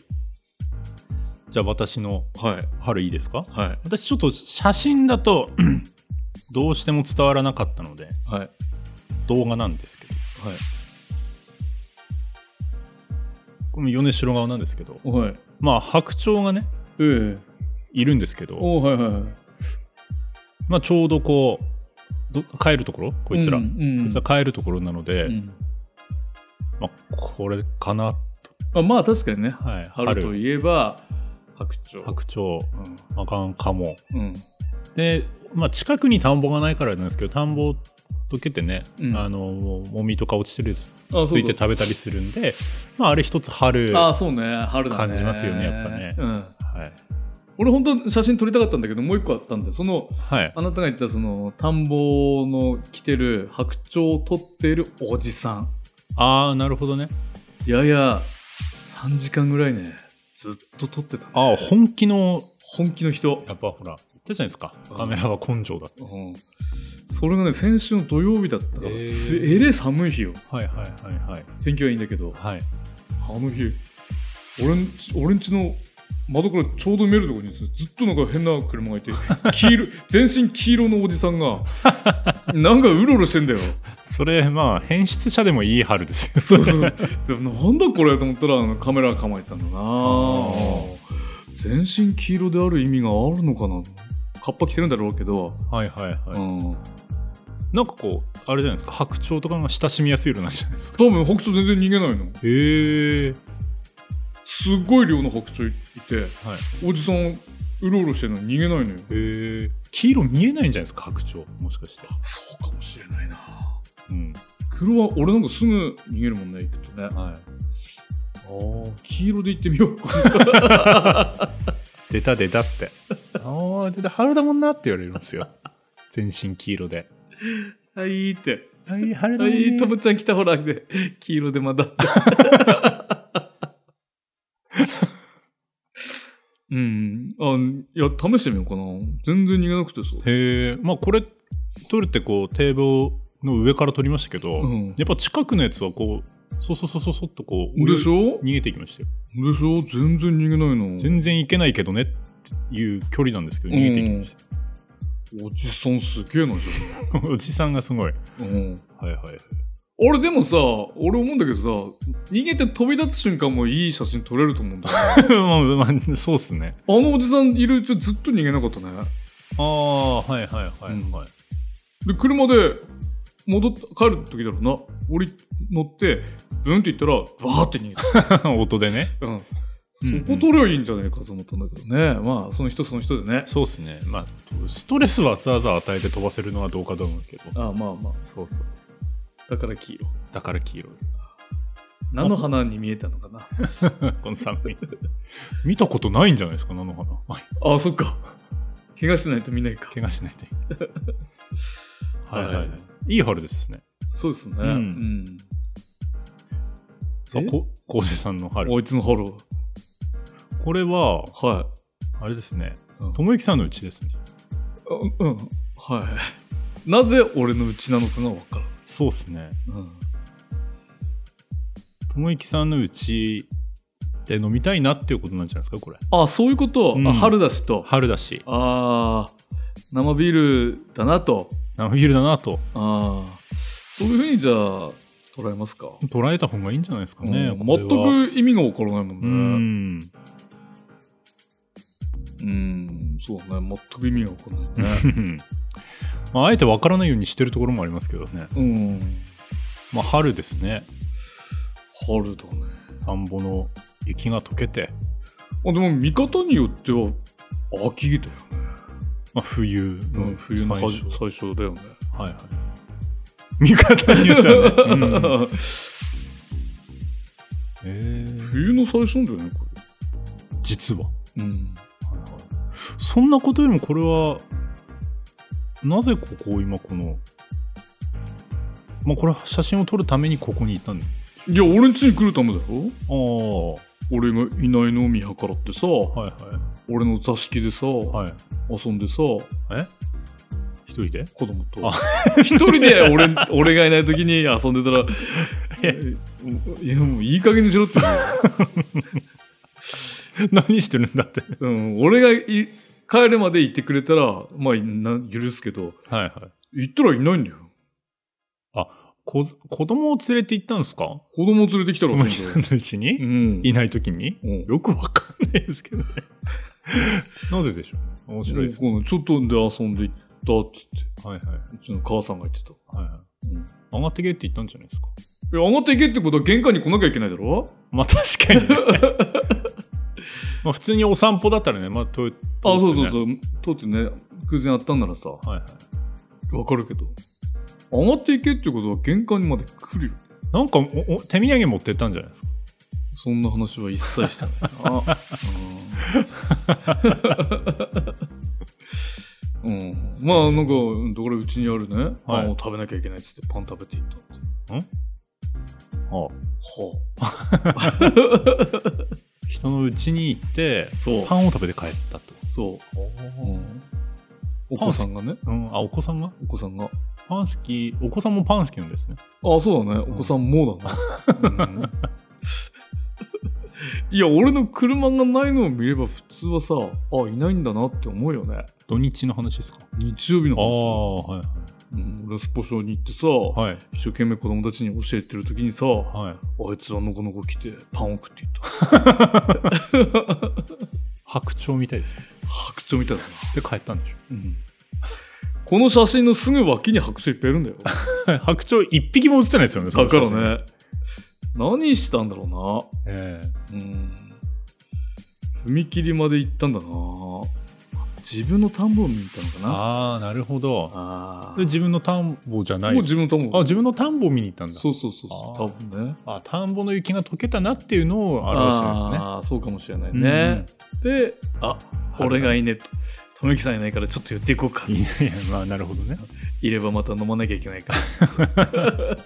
[SPEAKER 2] じゃあ私の
[SPEAKER 3] はい
[SPEAKER 2] 春いいですか
[SPEAKER 3] はい
[SPEAKER 2] 私ちょっと写真だと どうしても伝わらなかったので
[SPEAKER 3] はいはい
[SPEAKER 2] 動画なんですけどこの米城側なんですけど
[SPEAKER 3] はい
[SPEAKER 2] まあ白鳥がね
[SPEAKER 3] ええ
[SPEAKER 2] いるんですけど、
[SPEAKER 3] おはいはいはい
[SPEAKER 2] まあ、ちょうどこうど帰るところこいつら、
[SPEAKER 3] うんうん
[SPEAKER 2] こいつら帰るところなので、
[SPEAKER 3] うん
[SPEAKER 2] まあ、これかな
[SPEAKER 3] あまあ確かにね
[SPEAKER 2] と、はい、
[SPEAKER 3] 春といえば白鳥
[SPEAKER 2] 白鳥あかんかも
[SPEAKER 3] うんうん
[SPEAKER 2] で、まあ、近くに田んぼがないからなんですけど田んぼ溶けてね、
[SPEAKER 3] うん
[SPEAKER 2] あのもみとか落ちてるやつ
[SPEAKER 3] あそうそう
[SPEAKER 2] ついて食べたりするんでまあ、あれ一つ春、
[SPEAKER 3] あ
[SPEAKER 2] は
[SPEAKER 3] あそうね春だね
[SPEAKER 2] 感じますよねやっぱね
[SPEAKER 3] うん、
[SPEAKER 2] い
[SPEAKER 3] 俺本当写真撮りたかったんだけどもう一個あったんだよその
[SPEAKER 2] はい、
[SPEAKER 3] あなたが言ったその田んぼの着てる白鳥を撮っているおじさん
[SPEAKER 2] ああなるほどね
[SPEAKER 3] やや3時間ぐらいねずっと撮ってた、ね、
[SPEAKER 2] ああ本気の
[SPEAKER 3] 本気の人、
[SPEAKER 2] やっぱほら言ったじゃないですかカメラは根性だ、
[SPEAKER 3] うん、それがね先週の土曜日だったから、
[SPEAKER 2] へー
[SPEAKER 3] すえれ寒い日よ
[SPEAKER 2] はいはいはいはい
[SPEAKER 3] 天気はいいんだけど
[SPEAKER 2] はい
[SPEAKER 3] あの日俺んち俺んちの窓からちょうど見えるところにずっとなんか変な車がいて黄 色全身黄色のおじさん がなんかうろうろしてんだよ
[SPEAKER 2] それまあ変質者でもいい春ですよ
[SPEAKER 3] そうそうでもなんだこれと思ったらあのカメラ構えてたんだな全身黄色である意味があるのかなカッパ着てるんだろうけど、
[SPEAKER 2] はいはいはい、
[SPEAKER 3] うん、
[SPEAKER 2] なんかこうあれじゃないですか白鳥とかが親しみやすい色なんじゃないですか
[SPEAKER 3] 多分白鳥全然逃げないの
[SPEAKER 2] へえ
[SPEAKER 3] すごい量の白鳥いて、
[SPEAKER 2] はい
[SPEAKER 3] おじさんうろうろしてるのに逃げないのよ
[SPEAKER 2] へえ黄色見えないんじゃないですか白鳥もしかして、
[SPEAKER 3] そうかもしれないな
[SPEAKER 2] うん、
[SPEAKER 3] 黒は俺なんかすぐ逃げるもんね行くとね
[SPEAKER 2] はい
[SPEAKER 3] ああ黄色で行ってみようか
[SPEAKER 2] 出た出たってああ出た春だもんなって言われますよ全身黄色で
[SPEAKER 3] はいーって
[SPEAKER 2] はい春
[SPEAKER 3] はいともちゃん来たほらで黄色でまだ うんあいや試してみようかな全然逃げなくてさ
[SPEAKER 2] へえまあこれ撮るってこう堤防の上から撮りましたけど、
[SPEAKER 3] うん
[SPEAKER 2] やっぱ近くのやつはこうそそそそそっとこう
[SPEAKER 3] でしょ
[SPEAKER 2] 逃げていきましたよ
[SPEAKER 3] でしょ全然逃げないの
[SPEAKER 2] 全然行けないけどねっていう距離なんですけど逃げていきました、
[SPEAKER 3] おじさんすげえなじ
[SPEAKER 2] おじさんがすごい
[SPEAKER 3] ゃん、うん、
[SPEAKER 2] はいはい
[SPEAKER 3] 俺でもさ俺思うんだけどさ逃げて飛び立つ瞬間もいい写真撮れると思うんだよね
[SPEAKER 2] まあ、まあ、そうっすね
[SPEAKER 3] あのおじさんいるうちずっと逃げなかったね
[SPEAKER 2] ああはいはいはいはい、
[SPEAKER 3] うんで車で戻って帰る時だろうな俺乗ってブンって行ったらわーって逃げた、
[SPEAKER 2] 音でね
[SPEAKER 3] うん、
[SPEAKER 2] うん
[SPEAKER 3] そこ撮りゃいいんじゃないかと思ったんだけどねまあその人その人でね
[SPEAKER 2] そうっすねまあストレスはわざわざ与えて飛ばせるのはどうかと思うけど
[SPEAKER 3] ああまあまあそうそうだから黄色
[SPEAKER 2] だから黄色です
[SPEAKER 3] 菜の花に見えたのかな
[SPEAKER 2] この寒い見たことないんじゃないですか菜の花はい
[SPEAKER 3] ああそっか怪我しないと見ないか
[SPEAKER 2] 怪我しないといけない
[SPEAKER 3] はいはいはい
[SPEAKER 2] いい春ですね
[SPEAKER 3] そうですね
[SPEAKER 2] う
[SPEAKER 3] うんん、
[SPEAKER 2] さあこ昴生さんの春
[SPEAKER 3] おいつの春は
[SPEAKER 2] これは
[SPEAKER 3] はい
[SPEAKER 2] あれですね
[SPEAKER 3] うん
[SPEAKER 2] 友之さんのうちですね
[SPEAKER 3] うんうんはいなぜ俺のうちなのかが分からん
[SPEAKER 2] そうっすね
[SPEAKER 3] うん
[SPEAKER 2] 友之さんのうちで飲みたいなっていうことなんじゃないですかこれ
[SPEAKER 3] あそういうこと、
[SPEAKER 2] うん
[SPEAKER 3] あ春だしと
[SPEAKER 2] 春だし
[SPEAKER 3] ああ生ビールだなと
[SPEAKER 2] 生ビールだなと
[SPEAKER 3] ああそういうふうにじゃあ捉えますか、
[SPEAKER 2] 捉えた方がいいんじゃないですかね、
[SPEAKER 3] うん
[SPEAKER 2] これは
[SPEAKER 3] 全く意味が分からないもん
[SPEAKER 2] う
[SPEAKER 3] ね
[SPEAKER 2] ん
[SPEAKER 3] うんそうだね全く意味が分からないね
[SPEAKER 2] まあ、あえてわからないようにしてるところもありますけどね、
[SPEAKER 3] うん
[SPEAKER 2] まあ、春ですね
[SPEAKER 3] 春だね
[SPEAKER 2] 田んぼの雪が溶けて、
[SPEAKER 3] あでも見方によっては秋だよね、
[SPEAKER 2] まあ、冬の
[SPEAKER 3] うん冬の
[SPEAKER 2] 最
[SPEAKER 3] 最
[SPEAKER 2] 初
[SPEAKER 3] 初最初だよね
[SPEAKER 2] はいはい見方によってはね、 うんえー
[SPEAKER 3] 冬の最初なんだよねこ
[SPEAKER 2] 実は、
[SPEAKER 3] れうん
[SPEAKER 2] そんなことよりもこれはなぜここを今このまあこれは写真を撮るためにここにいたんだ
[SPEAKER 3] いや俺ん家に来るためだろ
[SPEAKER 2] ああは
[SPEAKER 3] 俺がいないのを見計らってさ、
[SPEAKER 2] いはい
[SPEAKER 3] 俺の座敷でさ、
[SPEAKER 2] はい
[SPEAKER 3] 遊んでさ
[SPEAKER 2] え一人で
[SPEAKER 3] 子供と
[SPEAKER 2] あ
[SPEAKER 3] 一人で俺俺がいない時に遊んでたらいやもういい加減にしろって思
[SPEAKER 2] 何してるんだって
[SPEAKER 3] う、うん、俺がい帰るまで行ってくれたらまあな許すけど
[SPEAKER 2] はいはい
[SPEAKER 3] 行ったらいないんだよ
[SPEAKER 2] こず子供を連れて行ったんですか
[SPEAKER 3] 子供連れてきたら
[SPEAKER 2] 友
[SPEAKER 3] 遊
[SPEAKER 2] 樹
[SPEAKER 3] ん
[SPEAKER 2] さん
[SPEAKER 3] で
[SPEAKER 2] のうちに、
[SPEAKER 3] うん
[SPEAKER 2] いないときに
[SPEAKER 3] うん
[SPEAKER 2] よくわかんないですけどね。 なぜでしょう面白いですね。
[SPEAKER 3] ちょっとで遊んで行ったっつって
[SPEAKER 2] はいはい。は
[SPEAKER 3] うちの母さんが言ってたい
[SPEAKER 2] いはい
[SPEAKER 3] うん
[SPEAKER 2] 上がってけって言ったんじゃないですか。
[SPEAKER 3] や上がっていけってことは玄関に来なきゃいけないだろ
[SPEAKER 2] まあ確かに、ね。まあ普通にお散歩だったらね、まあと、
[SPEAKER 3] あそうそう
[SPEAKER 2] う。
[SPEAKER 3] そう通ってね偶然あったんならさ
[SPEAKER 2] はいはい。
[SPEAKER 3] わかるけど上がっていけってことは玄関にまで来るよ
[SPEAKER 2] なんかおお手土産持ってったんじゃないですか。
[SPEAKER 3] そんな話は一切してないな。うん うんまあなんかうんこれうちにあるねパンを食べなきゃいけないっつってパン食べていったんです
[SPEAKER 2] あ
[SPEAKER 3] は
[SPEAKER 2] 人のうちに行って
[SPEAKER 3] あ、、そう
[SPEAKER 2] パンを食べて帰ったと。
[SPEAKER 3] そう、うんお子さんがね
[SPEAKER 2] うん、あ、お子さんが
[SPEAKER 3] お子さんが
[SPEAKER 2] パン好き、お子さんもパン好きなんですね。
[SPEAKER 3] あそうだねお子さんもだな、うん いや俺の車がないのを見れば普通はさあいないんだなって思うよね
[SPEAKER 2] 土日の話ですか
[SPEAKER 3] 日曜日の
[SPEAKER 2] あ
[SPEAKER 3] 話、
[SPEAKER 2] あはい
[SPEAKER 3] うん、俺はスポショに行ってさ、
[SPEAKER 2] はい
[SPEAKER 3] 一生懸命子供たちに教えてる時にさあ
[SPEAKER 2] はい
[SPEAKER 3] いつはのこのこ来てパンを食っていた
[SPEAKER 2] 白鳥みたいですね
[SPEAKER 3] 白鳥みたいだな、
[SPEAKER 2] で帰ったんでしょ
[SPEAKER 3] うん、この写真のすぐ脇に白鳥いっぱいいるんだよ
[SPEAKER 2] 白鳥一匹も映ってないですよねその
[SPEAKER 3] だ
[SPEAKER 2] 写
[SPEAKER 3] から
[SPEAKER 2] 真
[SPEAKER 3] ね何したんだろうな
[SPEAKER 2] ええ
[SPEAKER 3] うん踏切まで行ったんだな自分の田んぼを見に行ったのかな
[SPEAKER 2] ああなるほど
[SPEAKER 3] あ
[SPEAKER 2] で自分の田んぼじゃな
[SPEAKER 3] も
[SPEAKER 2] いう
[SPEAKER 3] 自分の田んぼ
[SPEAKER 2] あ自分の田んぼを見に行ったんだ
[SPEAKER 3] そうそうそうそう
[SPEAKER 2] あー
[SPEAKER 3] 多分ね
[SPEAKER 2] あ田んぼの雪が溶けたなっていうのを表してますね
[SPEAKER 3] ああそうかもしれないね、であ俺がいいねと富木さんいないからちょっと寄っていこうか
[SPEAKER 2] いやいやまあなるほどね
[SPEAKER 3] いればまた飲まなきゃいけないから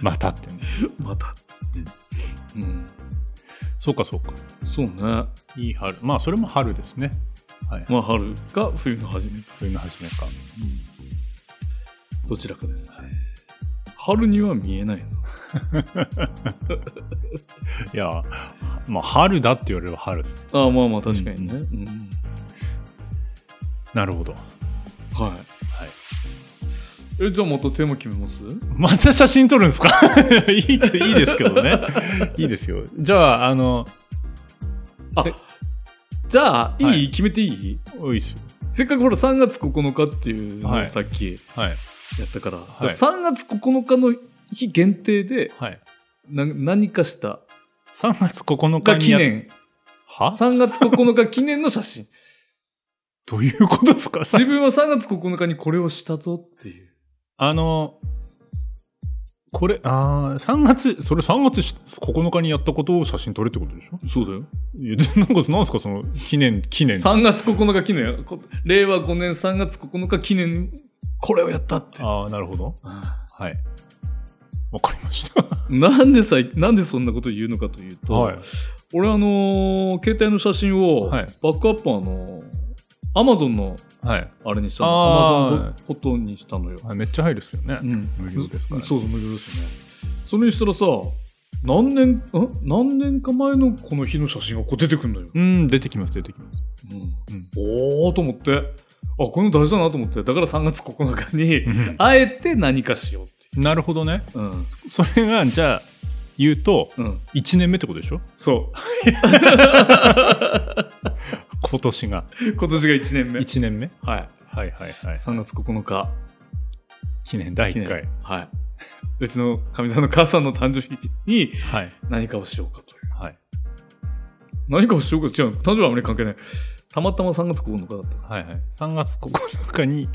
[SPEAKER 2] またってね
[SPEAKER 3] またうん
[SPEAKER 2] そうかそうか
[SPEAKER 3] そうね
[SPEAKER 2] いい春まあそれも春ですねはい
[SPEAKER 3] まあ春か冬の初めか、
[SPEAKER 2] 冬の初めか
[SPEAKER 3] どちらかですね春には見えないない
[SPEAKER 2] やまあ春だって言われれば春です
[SPEAKER 3] ああまあまあ確かにね、うん
[SPEAKER 2] なるほど
[SPEAKER 3] はいはいえじゃあまたテーマ決めます
[SPEAKER 2] また写真撮るんですか いいいいですけどねいいですよじゃああの
[SPEAKER 3] あ
[SPEAKER 2] せ
[SPEAKER 3] じゃあいい、
[SPEAKER 2] はい
[SPEAKER 3] 決めていい
[SPEAKER 2] おいっす
[SPEAKER 3] せっかくほら3月9日っていうの
[SPEAKER 2] は
[SPEAKER 3] を
[SPEAKER 2] い
[SPEAKER 3] さっき
[SPEAKER 2] はい
[SPEAKER 3] やったから、
[SPEAKER 2] い
[SPEAKER 3] じゃあ3月9日の日限定で
[SPEAKER 2] はい
[SPEAKER 3] な何かした
[SPEAKER 2] 3月9日
[SPEAKER 3] が
[SPEAKER 2] に
[SPEAKER 3] 記
[SPEAKER 2] やっ
[SPEAKER 3] 念
[SPEAKER 2] は
[SPEAKER 3] 3月9日記念の写真
[SPEAKER 2] どういうことですか
[SPEAKER 3] 自分は3月9日にこれをしたぞっていう
[SPEAKER 2] あの、これ、ああ、3月、それ3月9日にやったことを写真撮れってことでしょ
[SPEAKER 3] そうだよ
[SPEAKER 2] いや、なんか、なんすか、その、記念、記念。あ
[SPEAKER 3] 3月9日記念こ令和5年3月9日記念これをやったって
[SPEAKER 2] あー、なるほど。
[SPEAKER 3] あ
[SPEAKER 2] はい。わかりました。
[SPEAKER 3] なんでさなんでそんなことを言うのかというと、
[SPEAKER 2] はい。
[SPEAKER 3] 俺あのー携帯の写真をバ
[SPEAKER 2] はい
[SPEAKER 3] ックアップあのアマゾンの
[SPEAKER 2] はい。
[SPEAKER 3] あれにしたの
[SPEAKER 2] あ
[SPEAKER 3] ア
[SPEAKER 2] ー
[SPEAKER 3] マゾンフォトにしたのよ、
[SPEAKER 2] あめっちゃ入るっすよね。
[SPEAKER 3] うん、
[SPEAKER 2] 無料ですからね
[SPEAKER 3] そうそう無料ですよねそれにしたらさ何年ん何年か前のこの日の写真がこう出てくるのよ、
[SPEAKER 2] うん、出てきます、出てきます。
[SPEAKER 3] うんおおと思ってあこれも大事だなと思ってだから3月9日にあえて何かしようって
[SPEAKER 2] なるほどね。
[SPEAKER 3] いううん、
[SPEAKER 2] それが、じゃあ、言うと、
[SPEAKER 3] うん、
[SPEAKER 2] 1年目ってことでしょ
[SPEAKER 3] そ
[SPEAKER 2] 今年が。
[SPEAKER 3] う今年が1年目
[SPEAKER 2] 1年目
[SPEAKER 3] はい
[SPEAKER 2] はいはいはい。
[SPEAKER 3] 3月9日
[SPEAKER 2] 記念第
[SPEAKER 3] 記
[SPEAKER 2] 1
[SPEAKER 3] 念
[SPEAKER 2] 回。
[SPEAKER 3] はいうちのかみさんの母さんの誕生日に
[SPEAKER 2] はい。
[SPEAKER 3] 何かをしようかという
[SPEAKER 2] はい。
[SPEAKER 3] 何かをしようか違う誕生日はあまり関係ないたまたま3月9日だった
[SPEAKER 2] はいはい。3月9日に、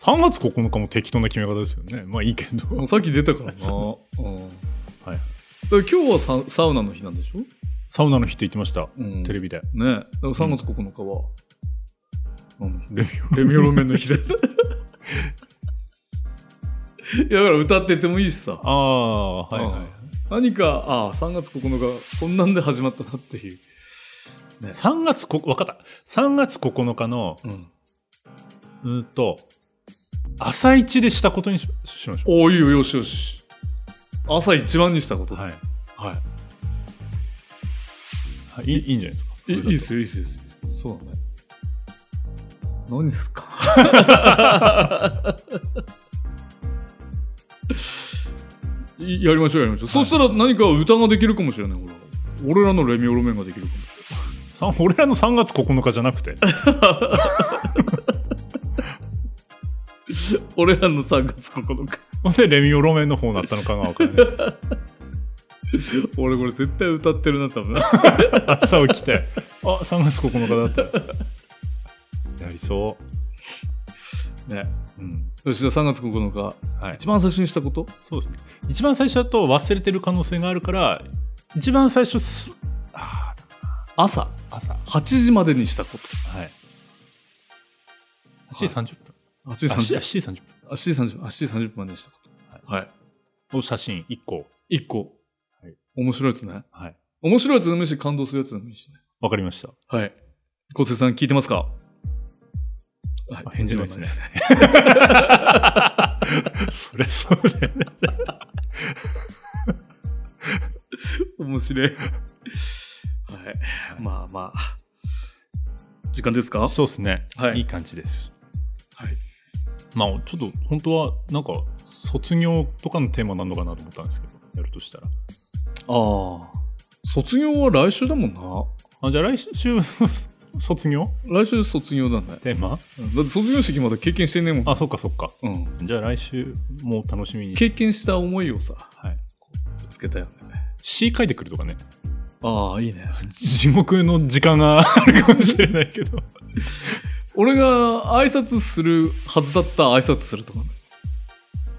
[SPEAKER 2] 3月9日も適当な決め方ですよね。まあいいけど。
[SPEAKER 3] もうさっき出たからな、 うん、だ
[SPEAKER 2] は
[SPEAKER 3] から
[SPEAKER 2] い
[SPEAKER 3] 今日はササウナの日なんでしょ、
[SPEAKER 2] サウナの日って言ってました。
[SPEAKER 3] うん、
[SPEAKER 2] テレビで。
[SPEAKER 3] ねだから3月9日は、うん、
[SPEAKER 2] レビュー
[SPEAKER 3] レミオロメンの日だいやだから歌っててもいいしさ
[SPEAKER 2] ああ、はいは
[SPEAKER 3] うん
[SPEAKER 2] い。
[SPEAKER 3] 何かああ3月9日こんなんで始まったなっていう、ね
[SPEAKER 2] 3月こ、わかった。3月9日の、
[SPEAKER 3] うん、
[SPEAKER 2] うーんと、朝一でしたことにししましょ
[SPEAKER 3] おおいいよよしよし朝一番にしたこと
[SPEAKER 2] う。
[SPEAKER 3] だ
[SPEAKER 2] はい。
[SPEAKER 3] は
[SPEAKER 2] はい、いいいいんじゃないですか。
[SPEAKER 3] い、いいいっ
[SPEAKER 2] です
[SPEAKER 3] よいいっすよいいっすよそうだね何っすか いやりましょうやりましょう、そしたら何か歌ができるかもしれない俺は俺らのレミオロメンができるかもし
[SPEAKER 2] さん俺らの3月9日じゃなくて。
[SPEAKER 3] れない俺らの3月9日
[SPEAKER 2] なんでレミオロメンの方になったのかがわかんない。
[SPEAKER 3] 俺これ絶対歌ってるな 多分
[SPEAKER 2] 朝起きて、あ、3月9日だった。 やりそ
[SPEAKER 3] ね
[SPEAKER 2] う。うん。
[SPEAKER 3] よしじゃあ3月9日
[SPEAKER 2] はい。
[SPEAKER 3] 一番最初にしたこと
[SPEAKER 2] そうですね。一番最初だと忘れてる可能性があるから、一番最初す、あ
[SPEAKER 3] 朝
[SPEAKER 2] ー朝。
[SPEAKER 3] 8時までにしたこと
[SPEAKER 2] はい。8時30分。
[SPEAKER 3] 8時
[SPEAKER 2] あし
[SPEAKER 3] 30
[SPEAKER 2] あ7時30分。
[SPEAKER 3] 分8時30分8時30分までにしたことはい、
[SPEAKER 2] の写真1個。
[SPEAKER 3] 一個、
[SPEAKER 2] はい
[SPEAKER 3] 面白いやつね
[SPEAKER 2] はい。
[SPEAKER 3] 面白いやつでもいいし感動するやつでもいいしね
[SPEAKER 2] わかりま した。
[SPEAKER 3] はい昴生さん聞いてますかはい
[SPEAKER 2] あ
[SPEAKER 3] 返
[SPEAKER 2] 返
[SPEAKER 3] 事
[SPEAKER 2] 事
[SPEAKER 3] は
[SPEAKER 2] は
[SPEAKER 3] な
[SPEAKER 2] ないい
[SPEAKER 3] で
[SPEAKER 2] ですす
[SPEAKER 3] ね
[SPEAKER 2] それそうだよね。
[SPEAKER 3] 面白い。はい。まあまあ。時間ですか
[SPEAKER 2] そうですね、
[SPEAKER 3] はい
[SPEAKER 2] い感じです。
[SPEAKER 3] はい。
[SPEAKER 2] まあ、ちょっと本当は、なんか、卒業とかのテーマなのかなと思ったんですけど、やるとしたら。
[SPEAKER 3] ああ。卒業は来週だもん
[SPEAKER 2] あじゃあ来週、 卒業
[SPEAKER 3] な。来週卒業だね。
[SPEAKER 2] テーマ
[SPEAKER 3] うんだって卒業式まだ経験してねえもん。
[SPEAKER 2] あ、そっかそっか。
[SPEAKER 3] うん。
[SPEAKER 2] じゃあ来週も楽しみに。
[SPEAKER 3] 経験した思いをさ、
[SPEAKER 2] はい。
[SPEAKER 3] ぶつけたよね。
[SPEAKER 2] 詩書いてくるとかね。
[SPEAKER 3] ああ、いいね。
[SPEAKER 2] 地獄の時間があるかもしれないけど。
[SPEAKER 3] 俺が挨拶するはずだった挨拶するとかね。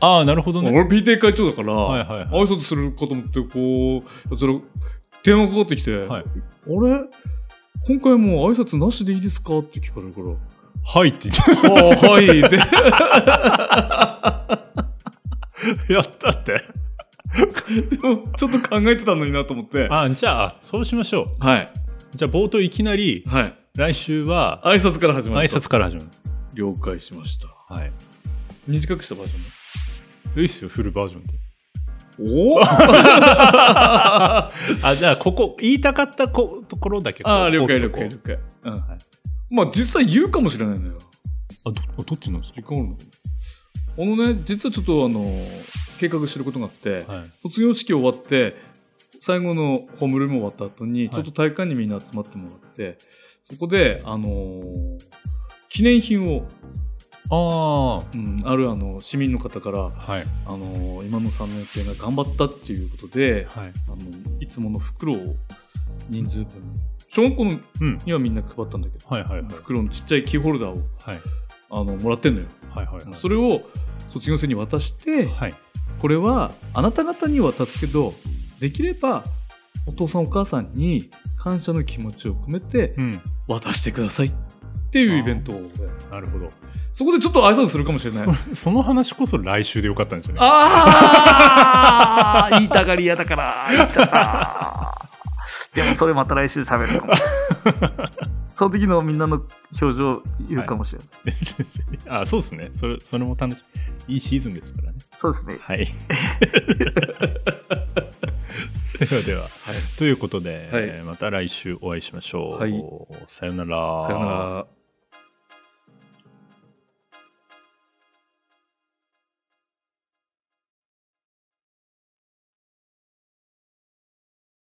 [SPEAKER 2] ああ、なるほどね。
[SPEAKER 3] 俺 PTA 会長だから、
[SPEAKER 2] はいはいはい
[SPEAKER 3] 挨拶するかと思ってこうそれ電話かかってきて「
[SPEAKER 2] はい
[SPEAKER 3] あれ今回もう挨拶なしでいいですか?」って聞かれるから「
[SPEAKER 2] はいって言っちゃ
[SPEAKER 3] はあはい」 で
[SPEAKER 2] うやったって。
[SPEAKER 3] ちょっと考えてたのになと思っては
[SPEAKER 2] あじゃあ、そうしましょ。
[SPEAKER 3] いう
[SPEAKER 2] じゃあ冒頭いきなり、
[SPEAKER 3] はい
[SPEAKER 2] 来週は
[SPEAKER 3] 挨拶から始ま
[SPEAKER 2] 挨
[SPEAKER 3] ると
[SPEAKER 2] 拶から始まる。
[SPEAKER 3] 了解しました
[SPEAKER 2] はい。
[SPEAKER 3] 短くしたバージョン
[SPEAKER 2] いいっすよ、フルバージョンで。
[SPEAKER 3] お おあ
[SPEAKER 2] あ、じゃあ、ここ、言いたかったこところだけ。
[SPEAKER 3] あ了解
[SPEAKER 2] こ
[SPEAKER 3] 了
[SPEAKER 2] うこう
[SPEAKER 3] 解了解、うん
[SPEAKER 2] はい
[SPEAKER 3] まあ実際言うかもしれないのよ
[SPEAKER 2] あど、どっちなんです
[SPEAKER 3] 時間あるのあのね実はちょっとあの計画してることがあって、
[SPEAKER 2] かはい。
[SPEAKER 3] 卒業式終わって最後のホームルーム終わった後に
[SPEAKER 2] い
[SPEAKER 3] ちょっと体育館にみんな集まってもらって、そこで、あのー記念品を、
[SPEAKER 2] あ
[SPEAKER 3] うん、あるあの市民の方から、
[SPEAKER 2] あ。はい。
[SPEAKER 3] あのー今の3年生が頑張ったっていうことで
[SPEAKER 2] はい。
[SPEAKER 3] あのいつもの袋を人数分小学校の
[SPEAKER 2] うん。
[SPEAKER 3] にはみんな配ったんだけど、
[SPEAKER 2] はいはいはい。
[SPEAKER 3] 袋のちっちゃいキーホルダーを
[SPEAKER 2] はい。
[SPEAKER 3] あのもらってんのよ、
[SPEAKER 2] はいはいはい。
[SPEAKER 3] それを卒業生に渡して、
[SPEAKER 2] はい。
[SPEAKER 3] これはあなた方には渡すけどできればお父さんお母さんに感謝の気持ちを込めて
[SPEAKER 2] うん。
[SPEAKER 3] 渡してくださいっていうイベントを
[SPEAKER 2] なるほど。
[SPEAKER 3] そこでちょっと挨拶するかもしれない
[SPEAKER 2] そその話こそ来週でよかったんじゃない
[SPEAKER 4] ああ言いたがり屋だから言っちゃった。でもそれまた来週喋 るかも。その時のみんなの表情言うかもしれない。
[SPEAKER 2] あそうですね。それ、それも楽しい。いいシーズンですからね。
[SPEAKER 4] そうですね。
[SPEAKER 2] はい。ではでは、ということで、
[SPEAKER 3] はい
[SPEAKER 2] また来週お会いしましょう。
[SPEAKER 3] はい
[SPEAKER 2] さよなら。
[SPEAKER 3] さよなら